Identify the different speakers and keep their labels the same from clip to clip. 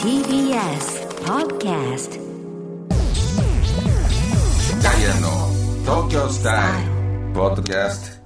Speaker 1: TBS Podcast
Speaker 2: ダイアンの東京スタイルポッドキャス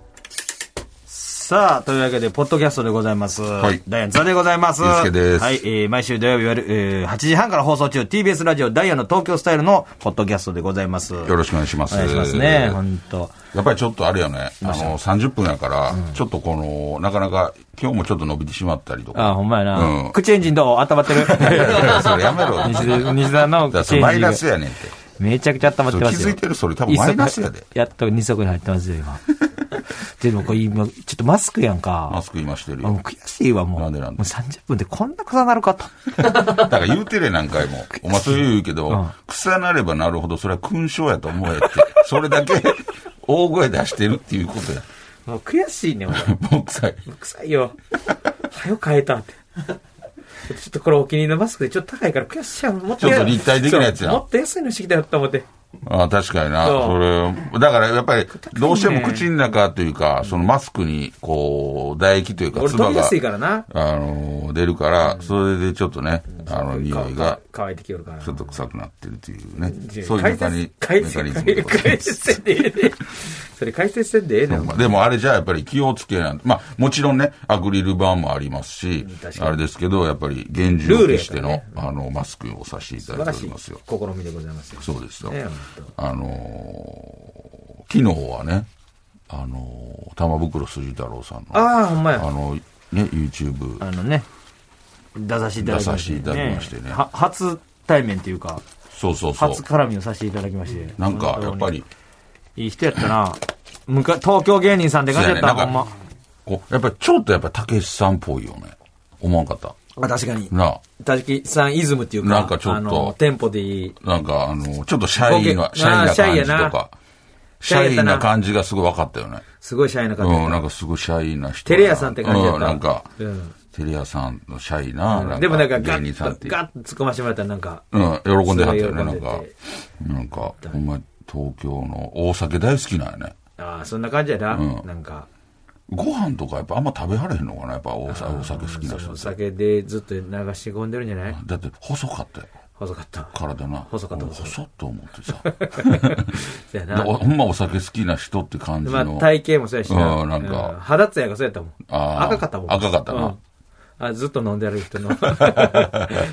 Speaker 3: さあ、というわけで、ポッドキャストでございます。
Speaker 2: い
Speaker 3: ダイアンザでございます。
Speaker 2: ゆうすけです
Speaker 3: はい、えー毎週土曜日夜、えー8時半から放送中、TBS ラジオダイアンの東京スタイルのポッドキャストでございます。
Speaker 2: トよろしくお願いします
Speaker 3: お願いしますね、本当。
Speaker 2: やっぱりちょっとあれやねあの30分やから、ちょっとこのなかなか今日もちょっと伸びてしまったりと
Speaker 3: あ、
Speaker 2: か
Speaker 3: ほんまやな。
Speaker 2: うん
Speaker 3: 口エンジンどう温ま ってる
Speaker 2: それやめ ろ
Speaker 3: 西
Speaker 2: だ
Speaker 3: 田西田の
Speaker 2: からそ
Speaker 3: 口
Speaker 2: れ
Speaker 3: エン
Speaker 2: マ
Speaker 3: ジ
Speaker 2: イ
Speaker 3: ンが
Speaker 2: ナスやねんって
Speaker 3: めちゃくちゃ温まってます
Speaker 2: そう気
Speaker 3: よ。
Speaker 2: づいてるそれ多分マイナスやで
Speaker 3: 一足やっと二足に入ってますよ、 今。でもこれ今、ちょっとマスクやん
Speaker 2: マ
Speaker 3: か。
Speaker 2: スク今してる
Speaker 3: あもう
Speaker 2: よ
Speaker 3: 悔しいわ、もう。
Speaker 2: なんでなんで
Speaker 3: もう30分でこんな臭なるかと。
Speaker 2: だから言うてれ何回もお前そう言うけど、
Speaker 3: うん
Speaker 2: 草なればなるほどそれは勲章やと思えってそれだけ大声出してるっていうことや
Speaker 3: もう悔しいね、俺。
Speaker 2: 僕さえ
Speaker 3: 臭いよ。はよ変えたって。ちょっとこれお気に入りのマスクでちょっと高いから悔しいやん。もっ
Speaker 2: ちょっと立体できないやつやん
Speaker 3: そうもっと安いのしてきたよと思って。
Speaker 2: ああ確かにな。
Speaker 3: そ
Speaker 2: そうれ、だからやっぱり、どうしても口の中というか、そのマスクに、こう、唾液というか、
Speaker 3: 俺飛
Speaker 2: 唾
Speaker 3: びや
Speaker 2: が
Speaker 3: す、いからな。
Speaker 2: あのー、出るから、それでちょっとね、あの、匂いが
Speaker 3: か、乾いてきよるから。
Speaker 2: ちょっと臭くなってるっていうね
Speaker 3: い。や
Speaker 2: そういうメカニ
Speaker 3: 解
Speaker 2: メカニ
Speaker 3: 説、
Speaker 2: ズムでござ
Speaker 3: 解説
Speaker 2: います
Speaker 3: 解説せんでええねんそれ解説せんでええねん。お前
Speaker 2: でもあれじゃやっぱり気をつけないとまあもちろんね、アクリル板もありますし
Speaker 3: 確、かに
Speaker 2: あれですけど、やっぱり厳重
Speaker 3: ルール
Speaker 2: と
Speaker 3: や
Speaker 2: し
Speaker 3: か
Speaker 2: ての
Speaker 3: らね、
Speaker 2: あの、マスクをさせていた
Speaker 3: 素晴
Speaker 2: だ
Speaker 3: ら
Speaker 2: いてお
Speaker 3: し
Speaker 2: り
Speaker 3: い
Speaker 2: ますよ。
Speaker 3: 試みでございますよ。
Speaker 2: そうですよ
Speaker 3: ね。
Speaker 2: あのー、昨日はね、あのー、玉袋筋太郎さんの、
Speaker 3: ああ、ほんまや。
Speaker 2: の、ね、YouTube
Speaker 3: あのね、出させていただきまして。
Speaker 2: 出させていただきましてね
Speaker 3: は初対面というか、
Speaker 2: そうそうそう
Speaker 3: 初。絡みをさせていただきまして。
Speaker 2: なんか、やっぱり、
Speaker 3: いい人やったな。むか東京芸人さんって感じやった
Speaker 2: そう
Speaker 3: ほ
Speaker 2: やね
Speaker 3: んま。
Speaker 2: こうやっぱりちょっとやっぱ、たけしさんっぽいよね。思わんかった。
Speaker 3: 確かに。
Speaker 2: なあ、
Speaker 3: たきさんイズムっていうか、
Speaker 2: なんかちょっと
Speaker 3: あの、テンポでいい。
Speaker 2: なんか、あの、ちょっとシャイ
Speaker 3: ボ
Speaker 2: な、
Speaker 3: ケ
Speaker 2: シャイな感じ
Speaker 3: なあ
Speaker 2: とか、
Speaker 3: シ
Speaker 2: シ
Speaker 3: ャイや
Speaker 2: ャ
Speaker 3: なシャイ
Speaker 2: イ
Speaker 3: やったな
Speaker 2: な感じがすごい分かったよね。
Speaker 3: すごいシャイな
Speaker 2: う
Speaker 3: 感じやった
Speaker 2: ん、なんかすごいシャイな人。
Speaker 3: テレ屋さんって感じやった
Speaker 2: うん、なんか、
Speaker 3: うん
Speaker 2: テレ屋さんのシャイな、な
Speaker 3: でもなんかガ
Speaker 2: 芸人さんっ
Speaker 3: ッ
Speaker 2: て
Speaker 3: と、
Speaker 2: いう。
Speaker 3: ガッと突っ込ましてもらったらなんか、
Speaker 2: うん、喜んではったよね、
Speaker 3: す
Speaker 2: なん
Speaker 3: ごい喜んでて
Speaker 2: か。なんか、ほんま、東京の大酒大好きなんやね。
Speaker 3: ああ、そんな感じやな。
Speaker 2: うん
Speaker 3: なんか、
Speaker 2: ご飯とかやっぱあんま食べはれへんのかなやっぱ大酒大酒好きな
Speaker 3: その
Speaker 2: 人
Speaker 3: お
Speaker 2: って。
Speaker 3: 酒でずっと流し込んでるんじゃない
Speaker 2: だって細かったよ。
Speaker 3: 細かった。
Speaker 2: 体な。
Speaker 3: 細かった
Speaker 2: 俺
Speaker 3: 細か
Speaker 2: 細っと思ってさ。
Speaker 3: そうや
Speaker 2: で
Speaker 3: な。
Speaker 2: おほんまお酒好きな人って感
Speaker 3: で
Speaker 2: じ
Speaker 3: まあ
Speaker 2: の。
Speaker 3: 体型もそうやしな。
Speaker 2: うんなんか
Speaker 3: う肌ツヤがそうやったもん。
Speaker 2: あー
Speaker 3: 赤かったもん。
Speaker 2: 赤かったな
Speaker 3: うんあずっと飲んである 人の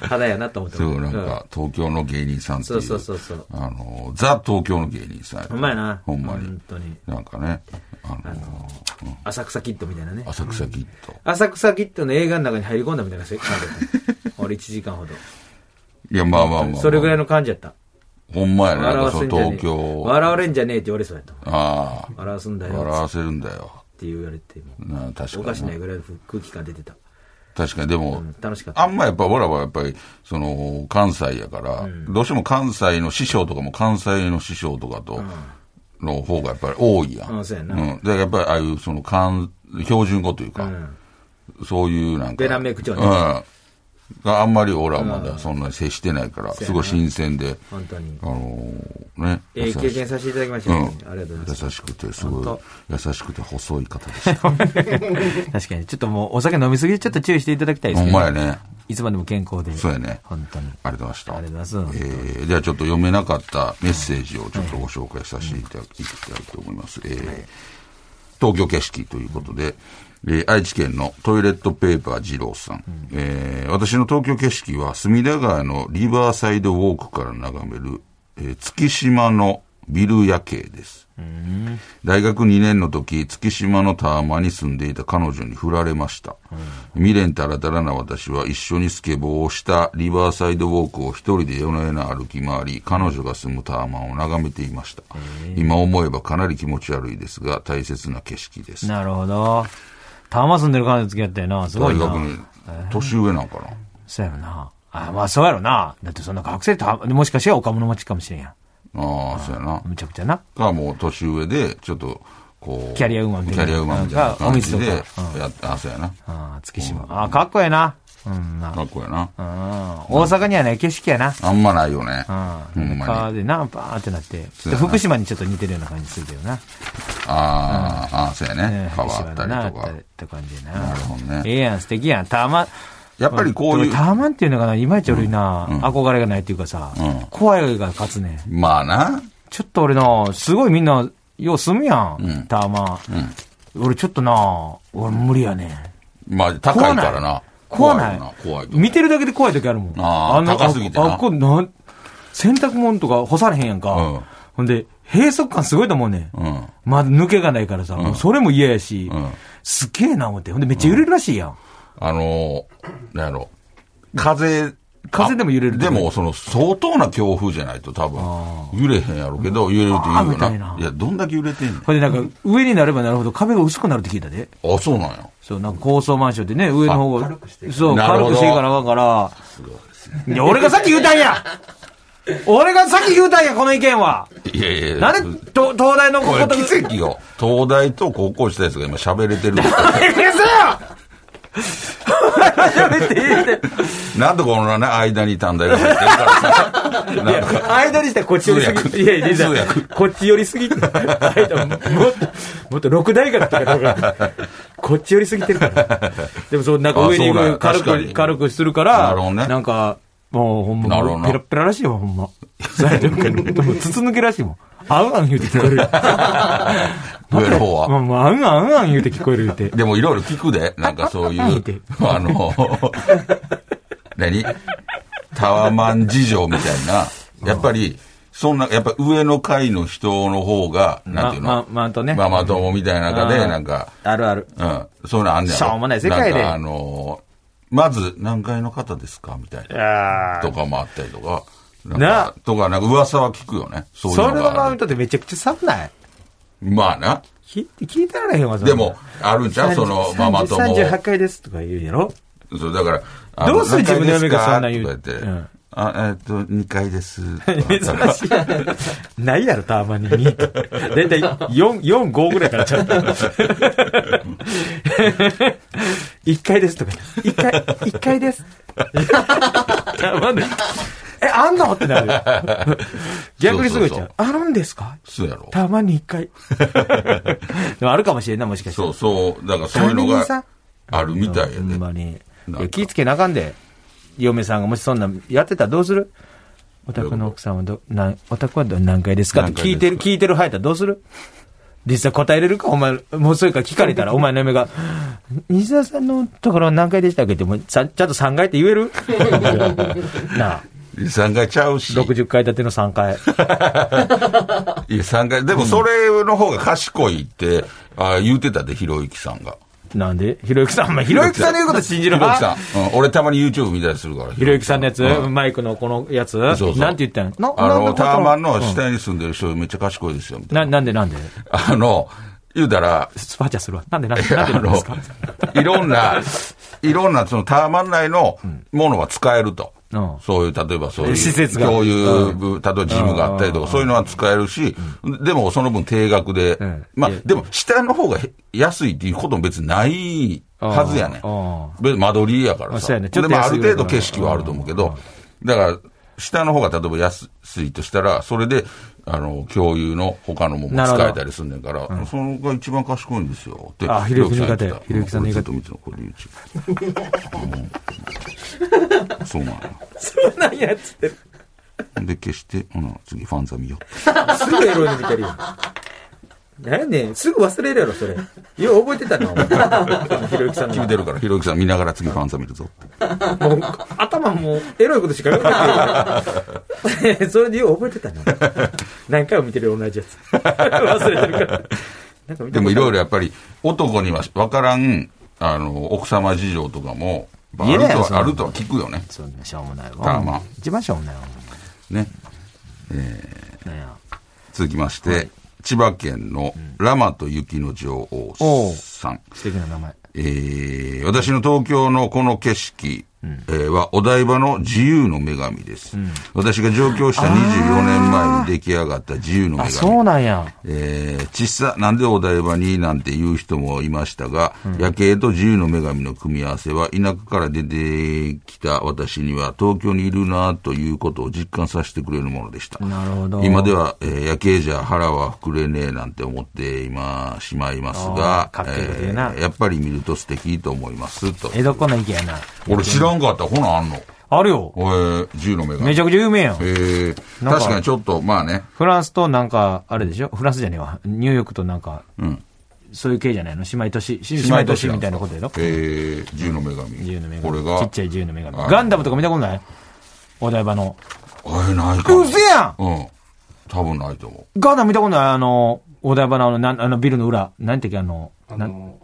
Speaker 3: 肌やなと思って
Speaker 2: そう、なんか、東京の芸人さんっていう。
Speaker 3: そうそうそうそう
Speaker 2: あの、ザ東京の芸人さんやった
Speaker 3: ほんまやな
Speaker 2: ほんまに
Speaker 3: 本。当に
Speaker 2: なんかね、あの、うん
Speaker 3: 浅草キッドみたいなね。
Speaker 2: 浅草キッド。
Speaker 3: 浅草キッドの映画の中に入り込んだみた いな感じだった。俺1時間ほど。
Speaker 2: いや、まあまあまあ。
Speaker 3: それぐらい
Speaker 2: の。
Speaker 3: の感じやった。
Speaker 2: ほんまやね。
Speaker 3: 笑
Speaker 2: なん
Speaker 3: わ
Speaker 2: かそ
Speaker 3: せん
Speaker 2: の
Speaker 3: じゃねえ。
Speaker 2: 東京。
Speaker 3: 笑われんじゃねえって言われそうやったもん。
Speaker 2: ああ。
Speaker 3: 笑わすんだ
Speaker 2: 笑
Speaker 3: よ
Speaker 2: わせるんだよ。
Speaker 3: って言われて、も
Speaker 2: な確か
Speaker 3: うお
Speaker 2: に。
Speaker 3: かしないぐらいの空気感出てた。
Speaker 2: 確かに、でも、
Speaker 3: うん楽しかった。
Speaker 2: あんまやっぱ、俺らはやっぱり、その、関西やから、どうしても関西の師匠とかも関西の師匠とかと、の方がやっぱり多いやん。
Speaker 3: うんそうやな
Speaker 2: だからやっぱり、ああいう、その、関、標準語というか、
Speaker 3: うん
Speaker 2: そういうなんか。
Speaker 3: ベランメイク調ね
Speaker 2: うん。があんまり俺はまだそんなに接してないから、すごい新鮮で、
Speaker 3: 本当に
Speaker 2: あ。のーね。
Speaker 3: ええ
Speaker 2: 優し
Speaker 3: 経験させていただきました
Speaker 2: うん
Speaker 3: ね。ありがとうございます。
Speaker 2: 優しくて、すごい
Speaker 3: 本、
Speaker 2: 優しくて細い方でした。
Speaker 3: 確かに。ちょっともうお酒飲みすぎでちょっと注意していただきたいです
Speaker 2: ほ
Speaker 3: け
Speaker 2: ん
Speaker 3: ど
Speaker 2: まやね。
Speaker 3: いつまでも健康で。
Speaker 2: そうやね。
Speaker 3: 本当に。
Speaker 2: ありがとうございました。
Speaker 3: ありがとうございます
Speaker 2: えー、ではちょっと読めなかったメッセージをちょっとご紹介させていただきたいと思います。えー、東京景色ということで、えー愛知県のトイレットペーパー二郎さん、えー私の東京景色は隅田川のリバーサイドウォークから眺める、えー月島のビル夜景です。大学2年の時、月島のタワマに住んでいた彼女に振られました。未練たらたらな私は一緒にスケボーをしたリバーサイドウォークを一人で夜な夜な歩き回り、彼女が住むタワマンを眺めていました。今思えばかなり気持ち悪いですが、大切な景色です。
Speaker 3: なるほど。玉住んでる彼女付き合ったよな。すご
Speaker 2: 大
Speaker 3: いな
Speaker 2: 学。に、年上なんかな。
Speaker 3: そうやろな。あ、まあそうやろな。だってそんな学生た、もしかしてはお金持ちかもしれんや
Speaker 2: ああ、そうやな。
Speaker 3: ん。むちゃくちゃな。
Speaker 2: がもう年上で、ちょっと、こう。
Speaker 3: キャリアウーマンみ
Speaker 2: み
Speaker 3: た
Speaker 2: た
Speaker 3: い
Speaker 2: いな。
Speaker 3: な
Speaker 2: キャリアウーマンみたいな感じで、
Speaker 3: がお
Speaker 2: や
Speaker 3: 水とか
Speaker 2: った、あ、そうやな。
Speaker 3: ああ、月島。ああ、かっこええな。うんな。
Speaker 2: かっこやな。
Speaker 3: うん。大阪にはね、景色やな。
Speaker 2: あんまないよね。ほ
Speaker 3: うんん。
Speaker 2: まに。
Speaker 3: 川でな、バーってなって。
Speaker 2: うやな
Speaker 3: 福島にちょっと似てるような感じするけどな。
Speaker 2: あーあー、そうや
Speaker 3: うん
Speaker 2: ね。
Speaker 3: 福
Speaker 2: 川
Speaker 3: 島
Speaker 2: あっ
Speaker 3: だ
Speaker 2: たり
Speaker 3: なっ
Speaker 2: とか。
Speaker 3: て感じや
Speaker 2: なる
Speaker 3: な。
Speaker 2: ほどね。
Speaker 3: ええやん、素敵やん。たま、
Speaker 2: やっぱりこういう
Speaker 3: タ、ワマンっていうのがな、いまいち俺な、憧れがないっていうかさ、
Speaker 2: うん
Speaker 3: 怖いが勝つね。
Speaker 2: まあな、
Speaker 3: ちょっと俺な、すごいみんな、よう住むやん、タワマン、俺ちょっとな、俺無理やね。
Speaker 2: まあ高いからな。
Speaker 3: 怖な
Speaker 2: 怖い
Speaker 3: い。怖い
Speaker 2: よな怖いと思う
Speaker 3: 見てるだけで怖い時あるもん。
Speaker 2: あー高すぎてな
Speaker 3: ああっこなん、洗濯物とか干されへんやんか。
Speaker 2: うん
Speaker 3: ほんで、閉塞感すごいと思うねん。
Speaker 2: うん。
Speaker 3: まだ抜けがないからさ、もうそれも嫌やし、
Speaker 2: うん
Speaker 3: すっげえな思って。ほんでめっちゃ揺れるらしいやん。
Speaker 2: あのー、なんやろ、風、
Speaker 3: 風でも揺れる
Speaker 2: でも、その、相当な強風じゃないと多分、揺れへんやろうけど、揺れるって言うよ
Speaker 3: あーみたい
Speaker 2: な
Speaker 3: な。
Speaker 2: いや、どんだけ揺れてんね
Speaker 3: ほんでなんか、上になればなるほど壁が薄くなるって聞いたで。
Speaker 2: ん。あ、そうなんや。
Speaker 3: そう、なんか高層マンションってね、上の方が、そう、
Speaker 2: なる
Speaker 3: 軽
Speaker 2: ほど
Speaker 3: くしていかなあかんから、いや、俺がさっき言うたんや俺がさっき言うたんや、この意見は
Speaker 2: いやいやいや
Speaker 3: なんで、と東大のこ
Speaker 2: ことれ 奇跡よ。東大と高校したやつが今喋れてる。なんとこのね、間にいたんだよ。
Speaker 3: いや間にしてこっち寄りす
Speaker 2: 通訳
Speaker 3: ぎ。いやいやい
Speaker 2: 通
Speaker 3: や
Speaker 2: 訳、
Speaker 3: こっち寄りすぎって。間もっと、もっと六大学とかの方がこっち寄りすぎてるから。でもそう、なんか上に
Speaker 2: あそうなんや
Speaker 3: 軽
Speaker 2: 確かに
Speaker 3: く、軽くするから、
Speaker 2: なるほどね
Speaker 3: なんか、もうほん
Speaker 2: なるほどな
Speaker 3: ま、ペラペラらしいわ、ほんま。最初からもう筒抜けらしいもん。あんあん言うて 聞こえる。
Speaker 2: 上の方は
Speaker 3: まあまあ、あんあんあん言うて聞こえる言うて。
Speaker 2: でもいろいろ聞くで。なんかそうい
Speaker 3: あああ
Speaker 2: う
Speaker 3: 見て、
Speaker 2: あの、何タワマン事情みたいな。やっぱり、そんな、やっぱ上の階の人の方が、なんていうの
Speaker 3: ままマントね
Speaker 2: まあマントみたいな中で、
Speaker 3: うん
Speaker 2: なんか、
Speaker 3: あるある。
Speaker 2: うん、そういうのあんねやろ
Speaker 3: しょうもない世界で
Speaker 2: んかあのーまず何階の方ですかみたいな。
Speaker 3: あ
Speaker 2: と
Speaker 3: あ。
Speaker 2: かもあったりとか。なん
Speaker 3: な
Speaker 2: かとか、なんか噂は聞くよね。そういう
Speaker 3: それ
Speaker 2: の
Speaker 3: のマ
Speaker 2: があ
Speaker 3: ウン
Speaker 2: る。
Speaker 3: トってめちゃくちゃ寒ない。
Speaker 2: まあな。
Speaker 3: 聞いて聞いてられへんわ、そん
Speaker 2: で
Speaker 3: な
Speaker 2: も、あるんちゃうその、
Speaker 3: 30
Speaker 2: ママ友。
Speaker 3: 38回ですとか言うんやろ
Speaker 2: そう、だから、あ
Speaker 3: どうする自分の嫁がそんな
Speaker 2: 何
Speaker 3: 言う
Speaker 2: 階ですかとか
Speaker 3: う
Speaker 2: 言ってあ、えっと、
Speaker 3: ん、
Speaker 2: 2階です。とか
Speaker 3: 珍しい。ないやろ、たまに2と。だいたい4、4、5ぐらいからちゃう。1回ですとか。1回、1回 です。たまに。え、あんのってなるよ。逆にすぐ言っちゃう。あるんですか
Speaker 2: そうやろ。
Speaker 3: たまに1回。 でもあるかもしれんな、もしかして。
Speaker 2: そうそう、だからそういうの
Speaker 3: 管理人さ
Speaker 2: が
Speaker 3: ん
Speaker 2: あるみたいや
Speaker 3: ほん
Speaker 2: で。
Speaker 3: まに。
Speaker 2: なん
Speaker 3: い
Speaker 2: か
Speaker 3: や気ぃつけなあかんで。嫁さんがもしそんなんやってたらどうするお宅の奥さんはど、なん、お宅はど何回ですかって
Speaker 2: 何回
Speaker 3: 聞いてる、
Speaker 2: で
Speaker 3: 聞いてる入ったらどうする実際答えれるかお前、もうそれから聞かれたら、お前の嫁が、西田さんのところは何回でしたっけって、もうさちゃんと3回って言 えるなあ、
Speaker 2: 3階ちゃうし。
Speaker 3: 60階建ての3階。
Speaker 2: いや、3階。でも、それの方が賢いって、あ言うてたで、ひろゆきさんが。
Speaker 3: なんでひろゆきさん、お前ひろゆきさんの言うこと信じる
Speaker 2: ひろゆ
Speaker 3: 派
Speaker 2: きさん。うん、俺たまに YouTube 見たりするから。
Speaker 3: ひろゆきさんのやつ、
Speaker 2: う
Speaker 3: マイクのこのやつ
Speaker 2: そうそう
Speaker 3: なんて言ったんな
Speaker 2: あ
Speaker 3: なん
Speaker 2: の、
Speaker 3: で
Speaker 2: タワマンの下に住んでる人めっちゃ賢いですよ、みたい
Speaker 3: な、なんでなんで
Speaker 2: な。あの、言うたら、
Speaker 3: スパチャするわ。なんでな んでなんで
Speaker 2: あ
Speaker 3: なんですか
Speaker 2: の、いろんな、いろんなそのタワマン内のものは使えると。
Speaker 3: うん
Speaker 2: そういう、例えばそういう。
Speaker 3: 施設が
Speaker 2: そういう、例えばジムがあったりとか、そういうのは使えるし、でもその分定額で
Speaker 3: ん。
Speaker 2: まあ
Speaker 3: いや、
Speaker 2: でも下の方がへ安いっていうことも別にないはずやね
Speaker 3: うん
Speaker 2: ん。別に間取りやから
Speaker 3: そう
Speaker 2: さ。
Speaker 3: やねち
Speaker 2: で、
Speaker 3: ょっと
Speaker 2: まああ
Speaker 3: 安い
Speaker 2: る
Speaker 3: ぐら
Speaker 2: 程
Speaker 3: いだ
Speaker 2: 度
Speaker 3: から
Speaker 2: 景色はあると思うけど、だから、下の方が例えば安いとしたら、それで、あの、共有の他のものも使えたりすんねんから、そのが一番賢いんですよ。って
Speaker 3: あひろゆきの言い方やひろゆきさんの言い方
Speaker 2: これずっと見てたこれ YouTube そうなんや
Speaker 3: そうなんやつって。
Speaker 2: ほんで消して、ほな、次ファンザ見よう。
Speaker 4: すぐエロいの出てるよ。なんやねん、すぐ忘れるやろ、それ。よう覚えてたな、お 前。ひろゆきさんの
Speaker 2: 決めてるから、ひろゆきさん見ながら次ファンザ見るぞって。
Speaker 4: もう頭もうエロいことしか考えてない それでよう覚えてたな何回も見てる同じや つ忘れてるからなんか見たことある
Speaker 2: でもいろいろやっぱり、男には分からん、あの、奥様事情とかも、あ
Speaker 3: 言え
Speaker 2: る
Speaker 3: ない
Speaker 2: と
Speaker 3: よそん
Speaker 2: は、あ
Speaker 3: なの
Speaker 2: るとは聞くよね。
Speaker 3: そんなしょうもないわ。
Speaker 2: まあまあ
Speaker 3: 一番しょうもないわ。
Speaker 2: ね。
Speaker 3: なんや
Speaker 2: 続きまして、千葉県のラマと雪の女王さん。
Speaker 3: 素敵な名前。
Speaker 2: えー私の東京のこの景色、えーはお台場の自由の女神です。私が上京した24年前に出来上がった自由の女
Speaker 3: あ、
Speaker 2: 神。
Speaker 3: そうなんや。
Speaker 2: えー、ちっさ、なんでお台場になんて言う人もいましたが、夜景と自由の女神の組み合わせは、田舎から出てきた私には、東京にいるなということを実感させてくれるものでした。
Speaker 3: なるほど。
Speaker 2: 今で
Speaker 3: は。
Speaker 2: は、えー夜景じゃ腹は膨れねえなんて思って今しまいますが
Speaker 3: あーかっこいいこと言うな
Speaker 2: やっぱり見ると素敵と思いますと
Speaker 3: 江戸っ子の意見やな。
Speaker 2: 俺知らんらんかった。ほな、あんの。
Speaker 3: あるよ
Speaker 2: え。ー、銃の女神。
Speaker 3: めちゃくちゃ有名やん
Speaker 2: え。ー、
Speaker 3: なんか
Speaker 2: 確かにちょっと、まあね。
Speaker 3: フランスとなんか、あれでしょフランスじゃねえわ。ニューヨークとなんか、
Speaker 2: うん。
Speaker 3: そういう系じゃないの姉妹都市、姉妹都市みたいなことやろ
Speaker 2: えー、銃の女神。
Speaker 3: 自由の女神。
Speaker 2: これが。
Speaker 3: ちっちゃい自由の女神。
Speaker 2: はい
Speaker 3: ガンダムとか見たことないお台場の。
Speaker 2: あれ、ないかも。
Speaker 3: うせや
Speaker 2: うん。多分ないと思
Speaker 3: んガンダム見たことないあの、お台場のあの、なんあのビルの裏。なんていうかあの、
Speaker 1: あ
Speaker 3: なん
Speaker 1: の、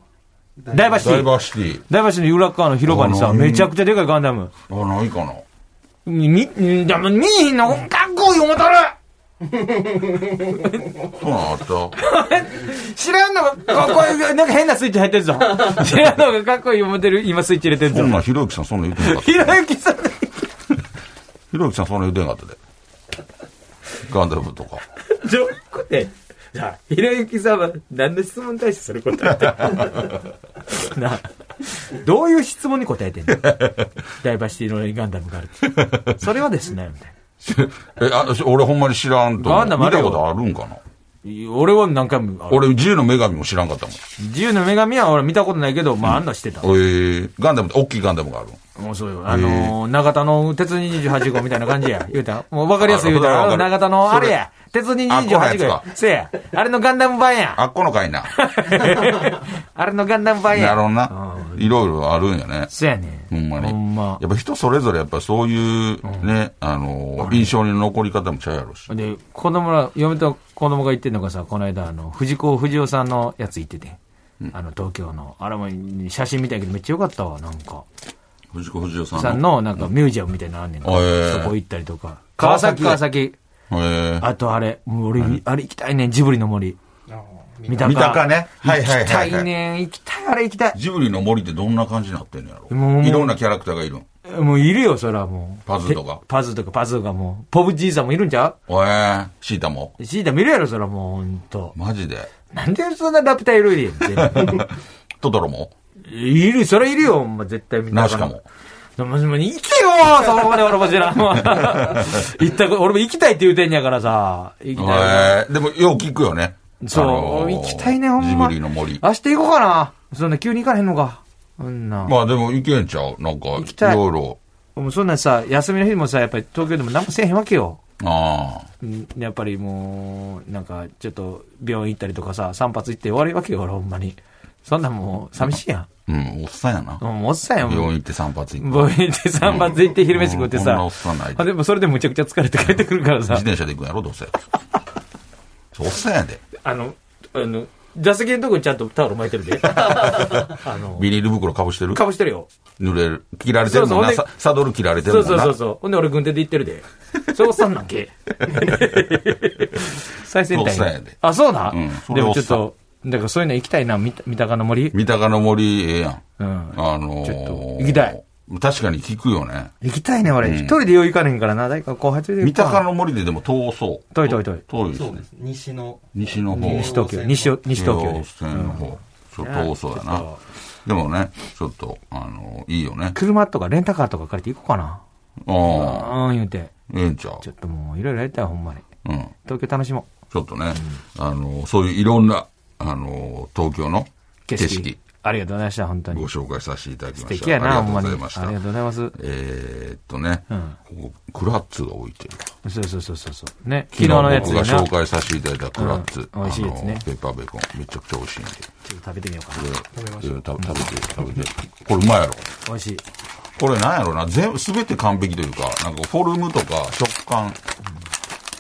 Speaker 3: ダイバー
Speaker 2: う。
Speaker 3: シテ
Speaker 2: ダイ
Speaker 3: ィ。
Speaker 2: バーシティ。
Speaker 3: ダイバーシティの裏側の広場に
Speaker 2: あ
Speaker 3: さ、
Speaker 2: のー
Speaker 3: めちゃくちゃでかいガンダム。
Speaker 2: あ、ないかな。
Speaker 3: み、み、んでも見えへんのかっこいい思たる
Speaker 2: そうなんあ った。
Speaker 3: 知らんのがかっこい い。なんか変なスイッチ入ってるぞ。知らんのがかっこいい思ってる。今スイッチ入れてる
Speaker 2: そん
Speaker 3: ぞ。
Speaker 2: なんひろゆきさんそんなん言ってなかった。
Speaker 3: ひろゆきさん。
Speaker 2: ひろゆきさんそんなん言ってなかったで。ガンダムとか。
Speaker 5: ジョークで、じゃあ、ひろゆきさんは何の質問に対してそれ答えてんの なあ
Speaker 3: どういう質問に答えてんのダイバーシティのガンダムがあるってそれはですね、みたい
Speaker 2: え、あ、し俺ほんまに知らんと思う。
Speaker 3: ガンダムあ
Speaker 2: 見
Speaker 3: る
Speaker 2: たこ
Speaker 3: よ
Speaker 2: とあるんかな
Speaker 3: な。俺は何回も、
Speaker 2: 俺、
Speaker 3: 俺、
Speaker 2: 自由の女神も知らんかったもん。
Speaker 3: 自由の女神は俺見たことないけど、まあ、あんのしてた。
Speaker 2: えー、ガンダムって、大きいガンダムがある。
Speaker 3: もうそうよ。あのー、長田の鉄28号みたいな感じや。言うたら。もう分かりやすい言うた
Speaker 2: あ
Speaker 3: ら。
Speaker 2: わ
Speaker 3: あ
Speaker 2: か
Speaker 3: の
Speaker 2: る
Speaker 3: 長田のあれや。鉄
Speaker 2: あこのや
Speaker 3: 28
Speaker 2: つ
Speaker 3: 号や
Speaker 2: か。
Speaker 3: せや。あれのガンダム版や。
Speaker 2: あっこのかいな。
Speaker 3: あれのガンダム版
Speaker 2: な
Speaker 3: や。
Speaker 2: るほどな。いろいろあるんやね。
Speaker 3: せやね。
Speaker 2: ほんまに。
Speaker 3: ほんま
Speaker 2: やっぱ人それぞれやっぱそういうね、あのー、印象に残り方もちゃうやろし。
Speaker 3: で、子供ら、嫁と子供が言ってんのがさ、この間、あの、藤子不二雄さんのやつ行ってて。あの、東京の。あれも写真見たけどめっちゃよかったわ、なんか。
Speaker 2: 藤子不二雄
Speaker 3: さ
Speaker 2: さ
Speaker 3: ん
Speaker 2: んの。
Speaker 3: の、なんかミュージアムみたいなのあんねんか
Speaker 2: あへえ
Speaker 3: そこ行ったりとか。川崎、川
Speaker 2: 川
Speaker 3: 崎。
Speaker 2: えー、
Speaker 3: あとあれ、もう俺、あれ行きたいねん、ジブリの森。
Speaker 1: あの
Speaker 3: 三鷹。
Speaker 2: 三鷹ねはいはいはいはい
Speaker 3: 行きたいねん、行きたい、あれ行きたい。
Speaker 2: ジブリの森ってどんな感じになってんのやろ
Speaker 3: もう
Speaker 2: いろんなキャラクターがいるん。
Speaker 3: もういるよ、そらもう。
Speaker 2: パズーとか
Speaker 3: てパズーとか、パズーがもう。ポブじいさんもいるんちゃ
Speaker 2: えー、シータも。
Speaker 3: うシータ見るやろ、そらもう、ほんと。
Speaker 2: マジで。
Speaker 3: なんでそんなラピュタいるやん全部。
Speaker 2: トトロも
Speaker 3: いる、それいるよ、ま絶対みんな。
Speaker 2: ナウシカも。
Speaker 3: でも。でも、行けよそこまで俺も知らんわ。 行ったこ俺も行きたいって言うてんやからさ。行きたい。
Speaker 2: えー、でもよう聞くよね。
Speaker 3: そう、
Speaker 2: あのー
Speaker 3: 行きたいね、ほんま。
Speaker 2: ジブリの森。
Speaker 3: 明日行こうかな。そんな急に行かへんのか。うんな。
Speaker 2: まあでも行けんちゃうなんか、
Speaker 3: きたい
Speaker 2: いろいろ。
Speaker 3: もうそんなさ、休みの日もさ、やっぱり東京でも何もせえへんわけよ。
Speaker 2: あ
Speaker 3: うんやっぱりもう、なんか、ちょっと、病院行ったりとかさ、散髪行って終わりわけよ、俺、ほんまに。そんなんもう、寂しいや
Speaker 2: あ。うん、おっさんやな。
Speaker 3: ん。もう、おっさんやん、
Speaker 2: 病院
Speaker 3: もう
Speaker 2: 行って散髪行って。
Speaker 3: 病院行って散髪行って昼飯食って
Speaker 2: うんこんな
Speaker 3: さ
Speaker 2: おっさんない。
Speaker 3: あでも、それでむちゃくちゃ疲れて帰ってくるから
Speaker 2: 自
Speaker 3: さ。
Speaker 2: 転車で行くんやろどうせ。そうおっさんやで。
Speaker 3: あの、あの、座席のとこにちゃんとタオル巻いて るで。あの、
Speaker 2: ビニール袋かぶしてる
Speaker 3: かぶしてるよ。
Speaker 2: 濡れる。切られてるもん
Speaker 3: そ
Speaker 2: な。
Speaker 3: うそう
Speaker 2: さサドル切られてる
Speaker 3: そ
Speaker 2: も
Speaker 3: うん
Speaker 2: な。
Speaker 3: そうそうそう。ほんで俺軍手で行ってるで。それおっさんなん け。最先端
Speaker 2: おっさんやで
Speaker 3: あ、そうな、
Speaker 2: うんそ
Speaker 3: で
Speaker 2: れお
Speaker 3: も
Speaker 2: っ
Speaker 3: ち
Speaker 2: さ
Speaker 3: ょ
Speaker 2: ん
Speaker 3: っと、だからそういうの行きたいな、み三鷹の森。
Speaker 2: 三鷹の森、ええやん。
Speaker 3: うん。
Speaker 2: あのー、
Speaker 3: ちょっと行きたい。
Speaker 2: 確かに聞くよね。
Speaker 3: 行きたいね、俺。一人でよう行かねんからな。誰か後輩連れて
Speaker 2: 三
Speaker 3: 行こ
Speaker 2: 鷹
Speaker 3: う
Speaker 2: の森ででも遠そう。
Speaker 3: 遠い遠い遠い
Speaker 2: 遠いです
Speaker 1: そう
Speaker 2: ね
Speaker 1: で。す。西の、
Speaker 2: 西の方。
Speaker 3: 西東京、西東西東京で
Speaker 2: 京。線の方。ちょっと遠そうや
Speaker 3: いやち
Speaker 2: な
Speaker 3: ょ。
Speaker 2: でもね、ちょっと、あのー、いいよね。
Speaker 3: 車とかレンタカーとか借りて行こう
Speaker 2: あ
Speaker 3: か
Speaker 2: あ、
Speaker 3: な。うん、言うて。
Speaker 2: ええんちゃう
Speaker 3: ちょっともう、いろいろやりたい、ほんまに。
Speaker 2: うん。
Speaker 3: 東京楽しも
Speaker 2: ちょっとね、あの、そういういろんな、あの、東京の
Speaker 3: う。
Speaker 2: 景
Speaker 3: 景
Speaker 2: 色、
Speaker 3: 色。ありがとうございました、本当
Speaker 2: ご
Speaker 3: に。
Speaker 2: 紹介させていただき
Speaker 3: 素
Speaker 2: まし
Speaker 3: 敵
Speaker 2: た。
Speaker 3: やな、
Speaker 2: あり
Speaker 3: ほん
Speaker 2: が
Speaker 3: ま
Speaker 2: と
Speaker 3: に。
Speaker 2: う
Speaker 3: あ
Speaker 2: ございまし
Speaker 3: りが
Speaker 2: た
Speaker 3: とう。ございます。
Speaker 2: えーっとね、
Speaker 3: ん
Speaker 2: ここクラッツが置いてる。
Speaker 3: そうそうそうそうそう。ね、昨
Speaker 2: 昨
Speaker 3: 日
Speaker 2: 日
Speaker 3: のやつ
Speaker 2: 僕
Speaker 3: で
Speaker 2: が
Speaker 3: な。ちょ
Speaker 2: 紹
Speaker 3: っと
Speaker 2: 介させていただいたクラッツ。
Speaker 3: うん美味しいやつね
Speaker 2: あのペーパーベーコン。めちゃくちゃ美味しいんで。
Speaker 3: 食べてみようかな。
Speaker 2: 食べましょう。食べて、食べて。これうまいやろ。
Speaker 3: 美味しい。
Speaker 2: これなんやろな。全部、すべて完璧というか、なんかフォルムとか食感。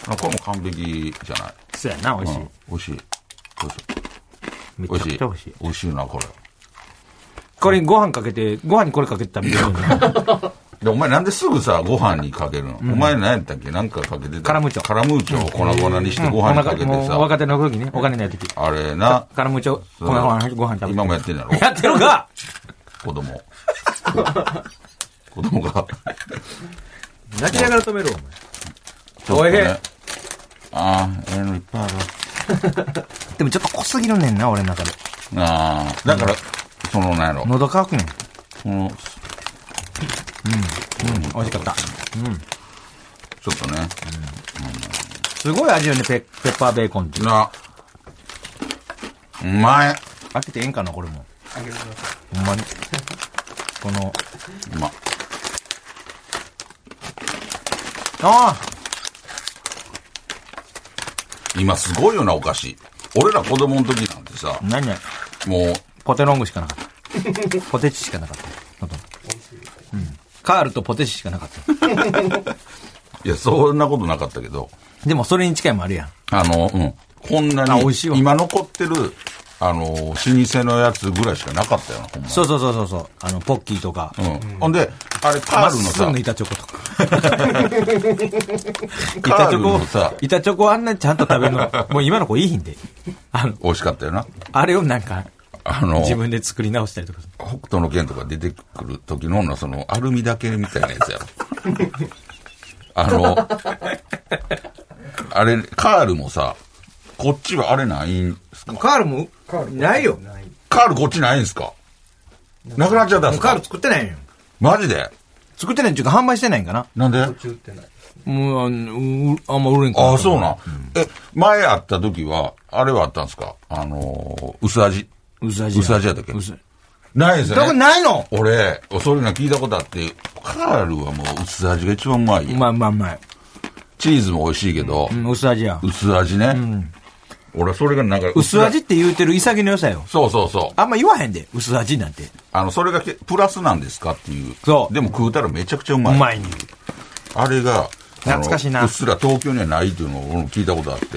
Speaker 2: なんかこれも完璧じゃない。
Speaker 3: そうやな、美味しい
Speaker 2: うん。美味しい。どうぞ
Speaker 3: めち
Speaker 2: 美
Speaker 3: ゃ
Speaker 2: 味
Speaker 3: く
Speaker 2: しい
Speaker 3: ちゃ美味しい。。
Speaker 2: 美味しいな、これ。
Speaker 3: これにご飯かけて、ご飯にこれかけて食べてるの
Speaker 2: で、お前なんですぐさ、ご飯にかけるの、お前何やったっけなんかかけてた。
Speaker 3: カラムーチョ
Speaker 2: カラムーチョを粉々に してご
Speaker 3: お
Speaker 2: 飯に
Speaker 3: 腹
Speaker 2: かけて
Speaker 3: もう
Speaker 2: さ。
Speaker 3: 若手の時ね、お金ない時。
Speaker 2: あれな。
Speaker 3: からむちょ、粉々にご飯食べ
Speaker 2: 今
Speaker 3: て。
Speaker 2: もやってんだろ
Speaker 3: やってるか
Speaker 2: 子 供。子供が。
Speaker 5: 泣きながら止めるわお前。
Speaker 2: ちょっと
Speaker 5: おいしい
Speaker 2: ね。ああ、ええのいっぱいある。
Speaker 3: でもちょっと濃すぎるねんな、俺の中で。
Speaker 2: ああ、だから、その、なんやろ。
Speaker 3: 喉乾くねん。
Speaker 2: その、
Speaker 3: 美味しかった。
Speaker 2: ちょっとね。
Speaker 3: すごい味よね、ペペッパーベーコンって。
Speaker 2: な、うまい。
Speaker 3: 開けてええんかな、これも。
Speaker 1: あげてください。
Speaker 3: ほんまに。この、
Speaker 2: うま。
Speaker 1: あ
Speaker 2: 今すごいよな、お菓子。俺ら子供の時なんてさ
Speaker 1: あ、何々
Speaker 2: もう、
Speaker 1: ポテロングしかなかった。 ポテチしかなかった。ほとんどうん。カールとポテチしかなかった。
Speaker 2: いや、そんなことなかったけど、
Speaker 1: でもそれに近いもんあるやん。
Speaker 2: あの、うん。こんな
Speaker 1: あ
Speaker 2: に
Speaker 1: 美味しいわ、
Speaker 2: 今残ってる、あの、老舗のやつぐらいしかなかったよな、ほんま。
Speaker 1: そうそうそうそうそう。あの、ポッキーとか。
Speaker 2: うん。ほんで、あれ、カールの
Speaker 1: まっす
Speaker 2: さ
Speaker 1: ぐ、板チョコとか。
Speaker 2: カ
Speaker 1: 板
Speaker 2: ー
Speaker 1: チ
Speaker 2: ルの
Speaker 1: ョ
Speaker 2: さ
Speaker 1: コ、、板チョコあんなにちゃんと食べるの、もう今の子いいひんで。あの、
Speaker 2: 美味しかったよな。
Speaker 1: あれをなんか、
Speaker 2: あの、
Speaker 1: 自
Speaker 2: 北
Speaker 1: 分で作り直したりとか。
Speaker 2: 斗の拳とか出てくる時の、その、アルミだけみたいなや つやろ。あの、あれ、カールもさ、こっちはあれないんすか
Speaker 3: カールもないよ。
Speaker 2: カールこっちないんすかなくなっちゃったん
Speaker 3: もう
Speaker 2: す
Speaker 3: カー
Speaker 2: か
Speaker 3: ル作ってないよ。
Speaker 2: マジで
Speaker 1: 作ってないっていうか販売してないんかな
Speaker 2: なんで
Speaker 1: もう、あのうあんま売れんか
Speaker 2: ああ、そうなん。え、前会った時は、あれはあったんですかあのー、薄味。
Speaker 1: うさじ。
Speaker 2: 薄味やったっけ
Speaker 1: 薄い
Speaker 2: ないです
Speaker 1: だか
Speaker 2: よ
Speaker 1: ら
Speaker 2: ね。
Speaker 1: ないの
Speaker 2: 俺、そういうの聞いたことあって、カールはもう薄味が一番うまいよ。
Speaker 1: まあまあまあ。
Speaker 2: チーズも美味しいけど
Speaker 1: う、ん、薄味やん。
Speaker 2: 薄味ね。俺、それがなんか
Speaker 1: 薄味って言うてる潔の良さよ。
Speaker 2: そうそうそう。
Speaker 1: あんま言わへんで、薄味なんて。
Speaker 2: あの、それがけプラスなんですかっていう。
Speaker 1: そう
Speaker 2: でも食うたらめちゃくちゃうま
Speaker 1: う
Speaker 2: い。
Speaker 1: まいに。
Speaker 2: あれが、あの
Speaker 1: 懐かしいな
Speaker 2: うっすら東京にはないっていうのを俺も聞いたことあって、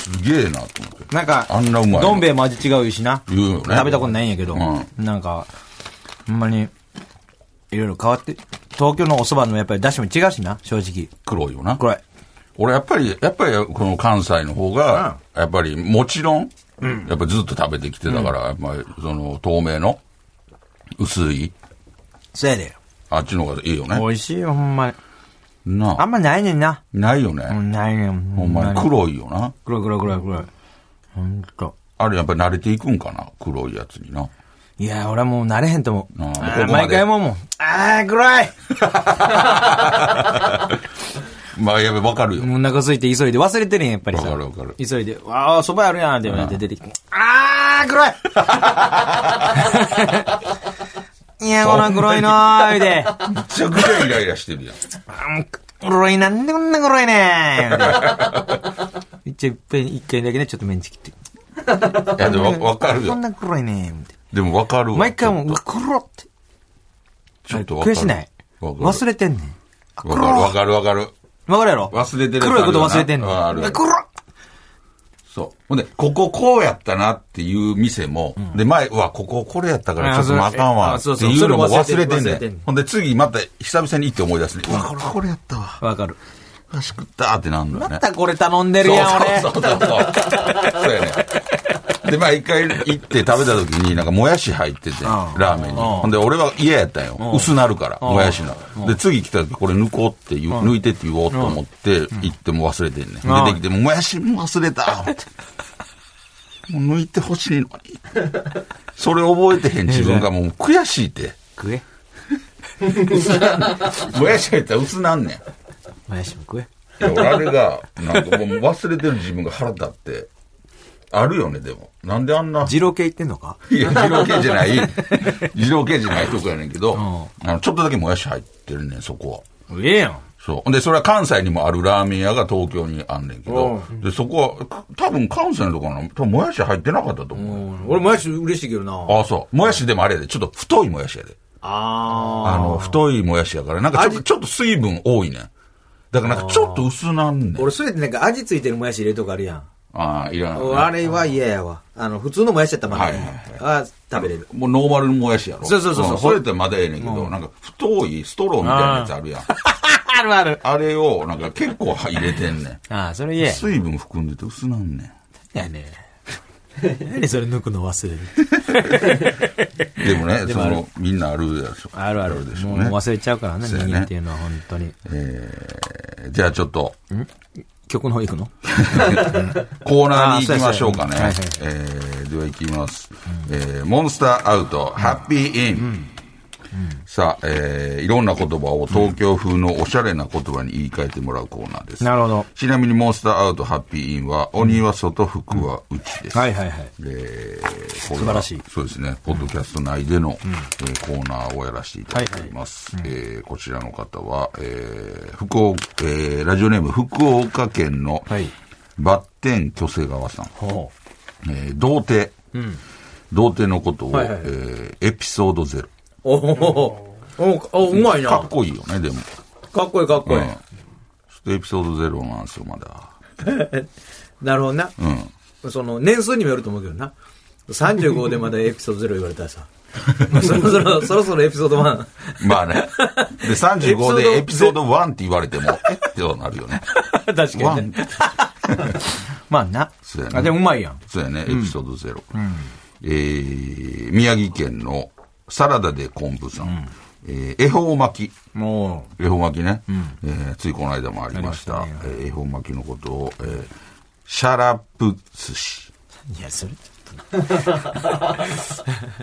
Speaker 2: すげえなと思って。
Speaker 1: なんか、
Speaker 2: あんなうまいの
Speaker 1: どん兵衛も味違うしな。
Speaker 2: 言うよね
Speaker 1: 食べたことないんやけど、
Speaker 2: う
Speaker 1: なんか、ほんまに、いろいろ変わって、東京のお蕎麦のやっぱり出汁も違うしな、正直。
Speaker 2: 黒いよな。
Speaker 1: これ。
Speaker 2: 俺やっぱり、やっぱりこの関西の方が、やっぱりもちろん、やっぱずっと食べてきてたから、やっぱりその透明の薄い、
Speaker 1: そやで。
Speaker 2: あっちの方がいいよね。
Speaker 1: 美味しいよ、ほんまに。
Speaker 2: な
Speaker 1: あんまないねんな。
Speaker 2: ないよ
Speaker 1: う
Speaker 2: ね。
Speaker 1: ん、ないねん。
Speaker 2: ほんまに
Speaker 1: 黒。
Speaker 2: 黒いよな。
Speaker 1: 黒い黒い黒い黒い。ほんと。
Speaker 2: あれやっぱり慣れていくんかな黒いやつにな。
Speaker 1: いや、俺はもう慣れへんと思う。
Speaker 2: あー
Speaker 1: あ
Speaker 2: ここ
Speaker 1: ー
Speaker 2: まで
Speaker 1: 毎回もうもう、あー、黒い
Speaker 2: まあやべ、わかるよ。
Speaker 1: もうお腹空いて急いで忘れてるんや、やっぱりさ。
Speaker 2: わかるわかる
Speaker 1: 急いで、わあ、そばあるやんって言われて出てきて、あー、黒いいや、この黒いのー、言うて、あ
Speaker 2: めちゃくちゃイライラしてるやん。
Speaker 1: ーもう黒い、なんでこんな黒いねー言うて。一応、いっぺん、一回だけね、ちょっとメンチ切って。
Speaker 2: いやでもわわかる
Speaker 1: こ
Speaker 2: よ
Speaker 1: ん。な黒いねー、みたい
Speaker 2: でもわかる
Speaker 1: な。
Speaker 2: わ。
Speaker 1: 毎回もう、
Speaker 2: ちょ
Speaker 1: うわ
Speaker 2: っ
Speaker 1: 黒って。
Speaker 2: とちょっとわか
Speaker 1: 悔
Speaker 2: る。
Speaker 1: しない。
Speaker 2: わかる
Speaker 1: 忘れてんねん。あ黒
Speaker 2: わかるわかるわかる。
Speaker 1: わかるやろ
Speaker 2: 忘れてるやつあるよ
Speaker 1: 黒
Speaker 2: ない
Speaker 1: こと忘れてんねん。
Speaker 2: ああるある
Speaker 1: 黒っ
Speaker 2: そう。ほんで、こここうやったなっていう店も、で、前、うわ、こここれやったからちょっとま
Speaker 1: あそれ
Speaker 2: たんわ
Speaker 1: あ
Speaker 2: って
Speaker 1: そうそう
Speaker 2: いうのも
Speaker 3: そ
Speaker 2: 忘
Speaker 3: れ
Speaker 2: れて
Speaker 3: 忘れてん
Speaker 2: ん
Speaker 3: ねん
Speaker 2: ねん。ほんで、次また久々に行って思い出すね。うわ、これこれやったわ。
Speaker 1: わかる。
Speaker 2: うわし食ったってなんのよね
Speaker 1: ま。たこれ頼んでるやん、俺。
Speaker 2: そうそうそうそう。そうやね。で、まあ一回行って食べた時に、なんかもやし入ってて、ラーメンに。ほんで、俺は嫌やったんよ。薄なるから、もやしな。で、次来た時、これ抜こうって言う、抜いてって言おうと思って、行っても忘れてんね。
Speaker 1: ん
Speaker 2: 出てきて、もやしも忘れた思ってもう抜いてほしいのに。それ覚えてへん自分がもう悔しいって。
Speaker 1: 食え。
Speaker 2: もやし入ったら薄なんねん。
Speaker 1: もやしも食え。
Speaker 2: いや俺あれが、なんかもう忘れてる自分が腹立って、あるよね、でも。なんであんな。
Speaker 1: 二郎系言ってんのか
Speaker 2: いや、二郎系じ ゃない、二郎系じゃないとこやねんけど、あのちょっとだけもやし入ってるねん、そこは。
Speaker 1: ええやん。
Speaker 2: そう。で、それは関西にもあるラーメン屋が東京にあんねんけど、で、そこは、か多分関西のとこなの、多分もやし入ってなかったと思う。
Speaker 3: 俺、もやし嬉しいけどな。
Speaker 2: ああ、そう。もやしでもあれやで、ちょっと太いもやしやで。あ
Speaker 3: あ
Speaker 2: の、太いもやしやから、なんかちょちょっと水分多いねん。だからなんかちょっと薄なんね
Speaker 3: ー。
Speaker 2: ん。
Speaker 3: 俺、それでなんか味ついてるもやし入れるとかあるやん。
Speaker 2: ああ、いらない、
Speaker 3: 俺あれは嫌やわ。あの、普通のもやしやったらまだいい
Speaker 2: はいはい
Speaker 3: あー食べれる。
Speaker 2: もうノーマルのもやしやろ。
Speaker 1: そうそうそうそうん
Speaker 2: それってまだええねんけど、なんか太いストローみたいなやつあるやん。
Speaker 1: あるある。
Speaker 2: あれをなんか結構入れて んねん。
Speaker 1: ああ、それ言え。
Speaker 2: 水分含んでて薄なんね
Speaker 1: やね。何それ抜くの忘れる。
Speaker 2: ん。でもね、その、みんなあるでしょ。
Speaker 1: あるある。
Speaker 2: でしょ
Speaker 1: も
Speaker 2: う
Speaker 1: う
Speaker 2: ね。
Speaker 1: 忘れちゃうからね、
Speaker 2: そうや
Speaker 1: 人
Speaker 2: ね
Speaker 1: 間っていうのは本当に。
Speaker 2: えーじゃあちょっと、
Speaker 1: 曲の方行くの
Speaker 2: コーナーに行きましょうかね。
Speaker 1: あー
Speaker 2: えーでは行きます。えーモンスターアウト、ハッピーイン。さあ、えー、いろんな言葉を東京風のおしゃれな言葉に言い換えてもらうコーナーです。
Speaker 1: なるほど。
Speaker 2: ちなみに、モンスターアウト、ハッピーインは、鬼は外、服は内です。
Speaker 1: はいはいはい。
Speaker 2: えー、これは
Speaker 1: 素晴らしい
Speaker 2: そうですね、ポッドキャスト内での、えーコーナーをやらせていただいております。えーこちらの方は、えー福岡、えーラジオネーム福岡県の、
Speaker 1: はい
Speaker 2: バッテン巨瀬川さん、
Speaker 1: ほ
Speaker 2: えー童貞、童貞のことを、
Speaker 3: はいはい
Speaker 2: えーエピソードゼロ。
Speaker 3: おおおおうまいな。
Speaker 2: かっこいいよね、でも。
Speaker 3: かっこいいかっこいい。
Speaker 2: うんちょっとエピソードゼロなんですよ、まだ。
Speaker 3: なるほどな。
Speaker 2: うん。
Speaker 3: その、年数にもよると思うけどな。35でまだエピソード0言われたらさ。まあそろ そろ、そろそろエピソード1。
Speaker 2: まあね。で、35でエ
Speaker 3: エ
Speaker 2: ピ
Speaker 3: ピ
Speaker 2: ソ
Speaker 3: ソ
Speaker 2: ー
Speaker 3: ー
Speaker 2: ド1って言われても、えってなるよね。
Speaker 1: う。確
Speaker 2: ワ
Speaker 1: か
Speaker 2: ン
Speaker 1: に。まあな。
Speaker 2: そうやね
Speaker 1: あ、でもうまいやん。
Speaker 2: そうやね、エピソードゼロ。えー、宮城県のサラダで昆布さん。えー、恵方巻き。
Speaker 1: も
Speaker 2: 恵方巻きね。えーついこの間もありました。えー恵方巻きのことを、えーシャラップ寿司。
Speaker 1: う。いや、それ。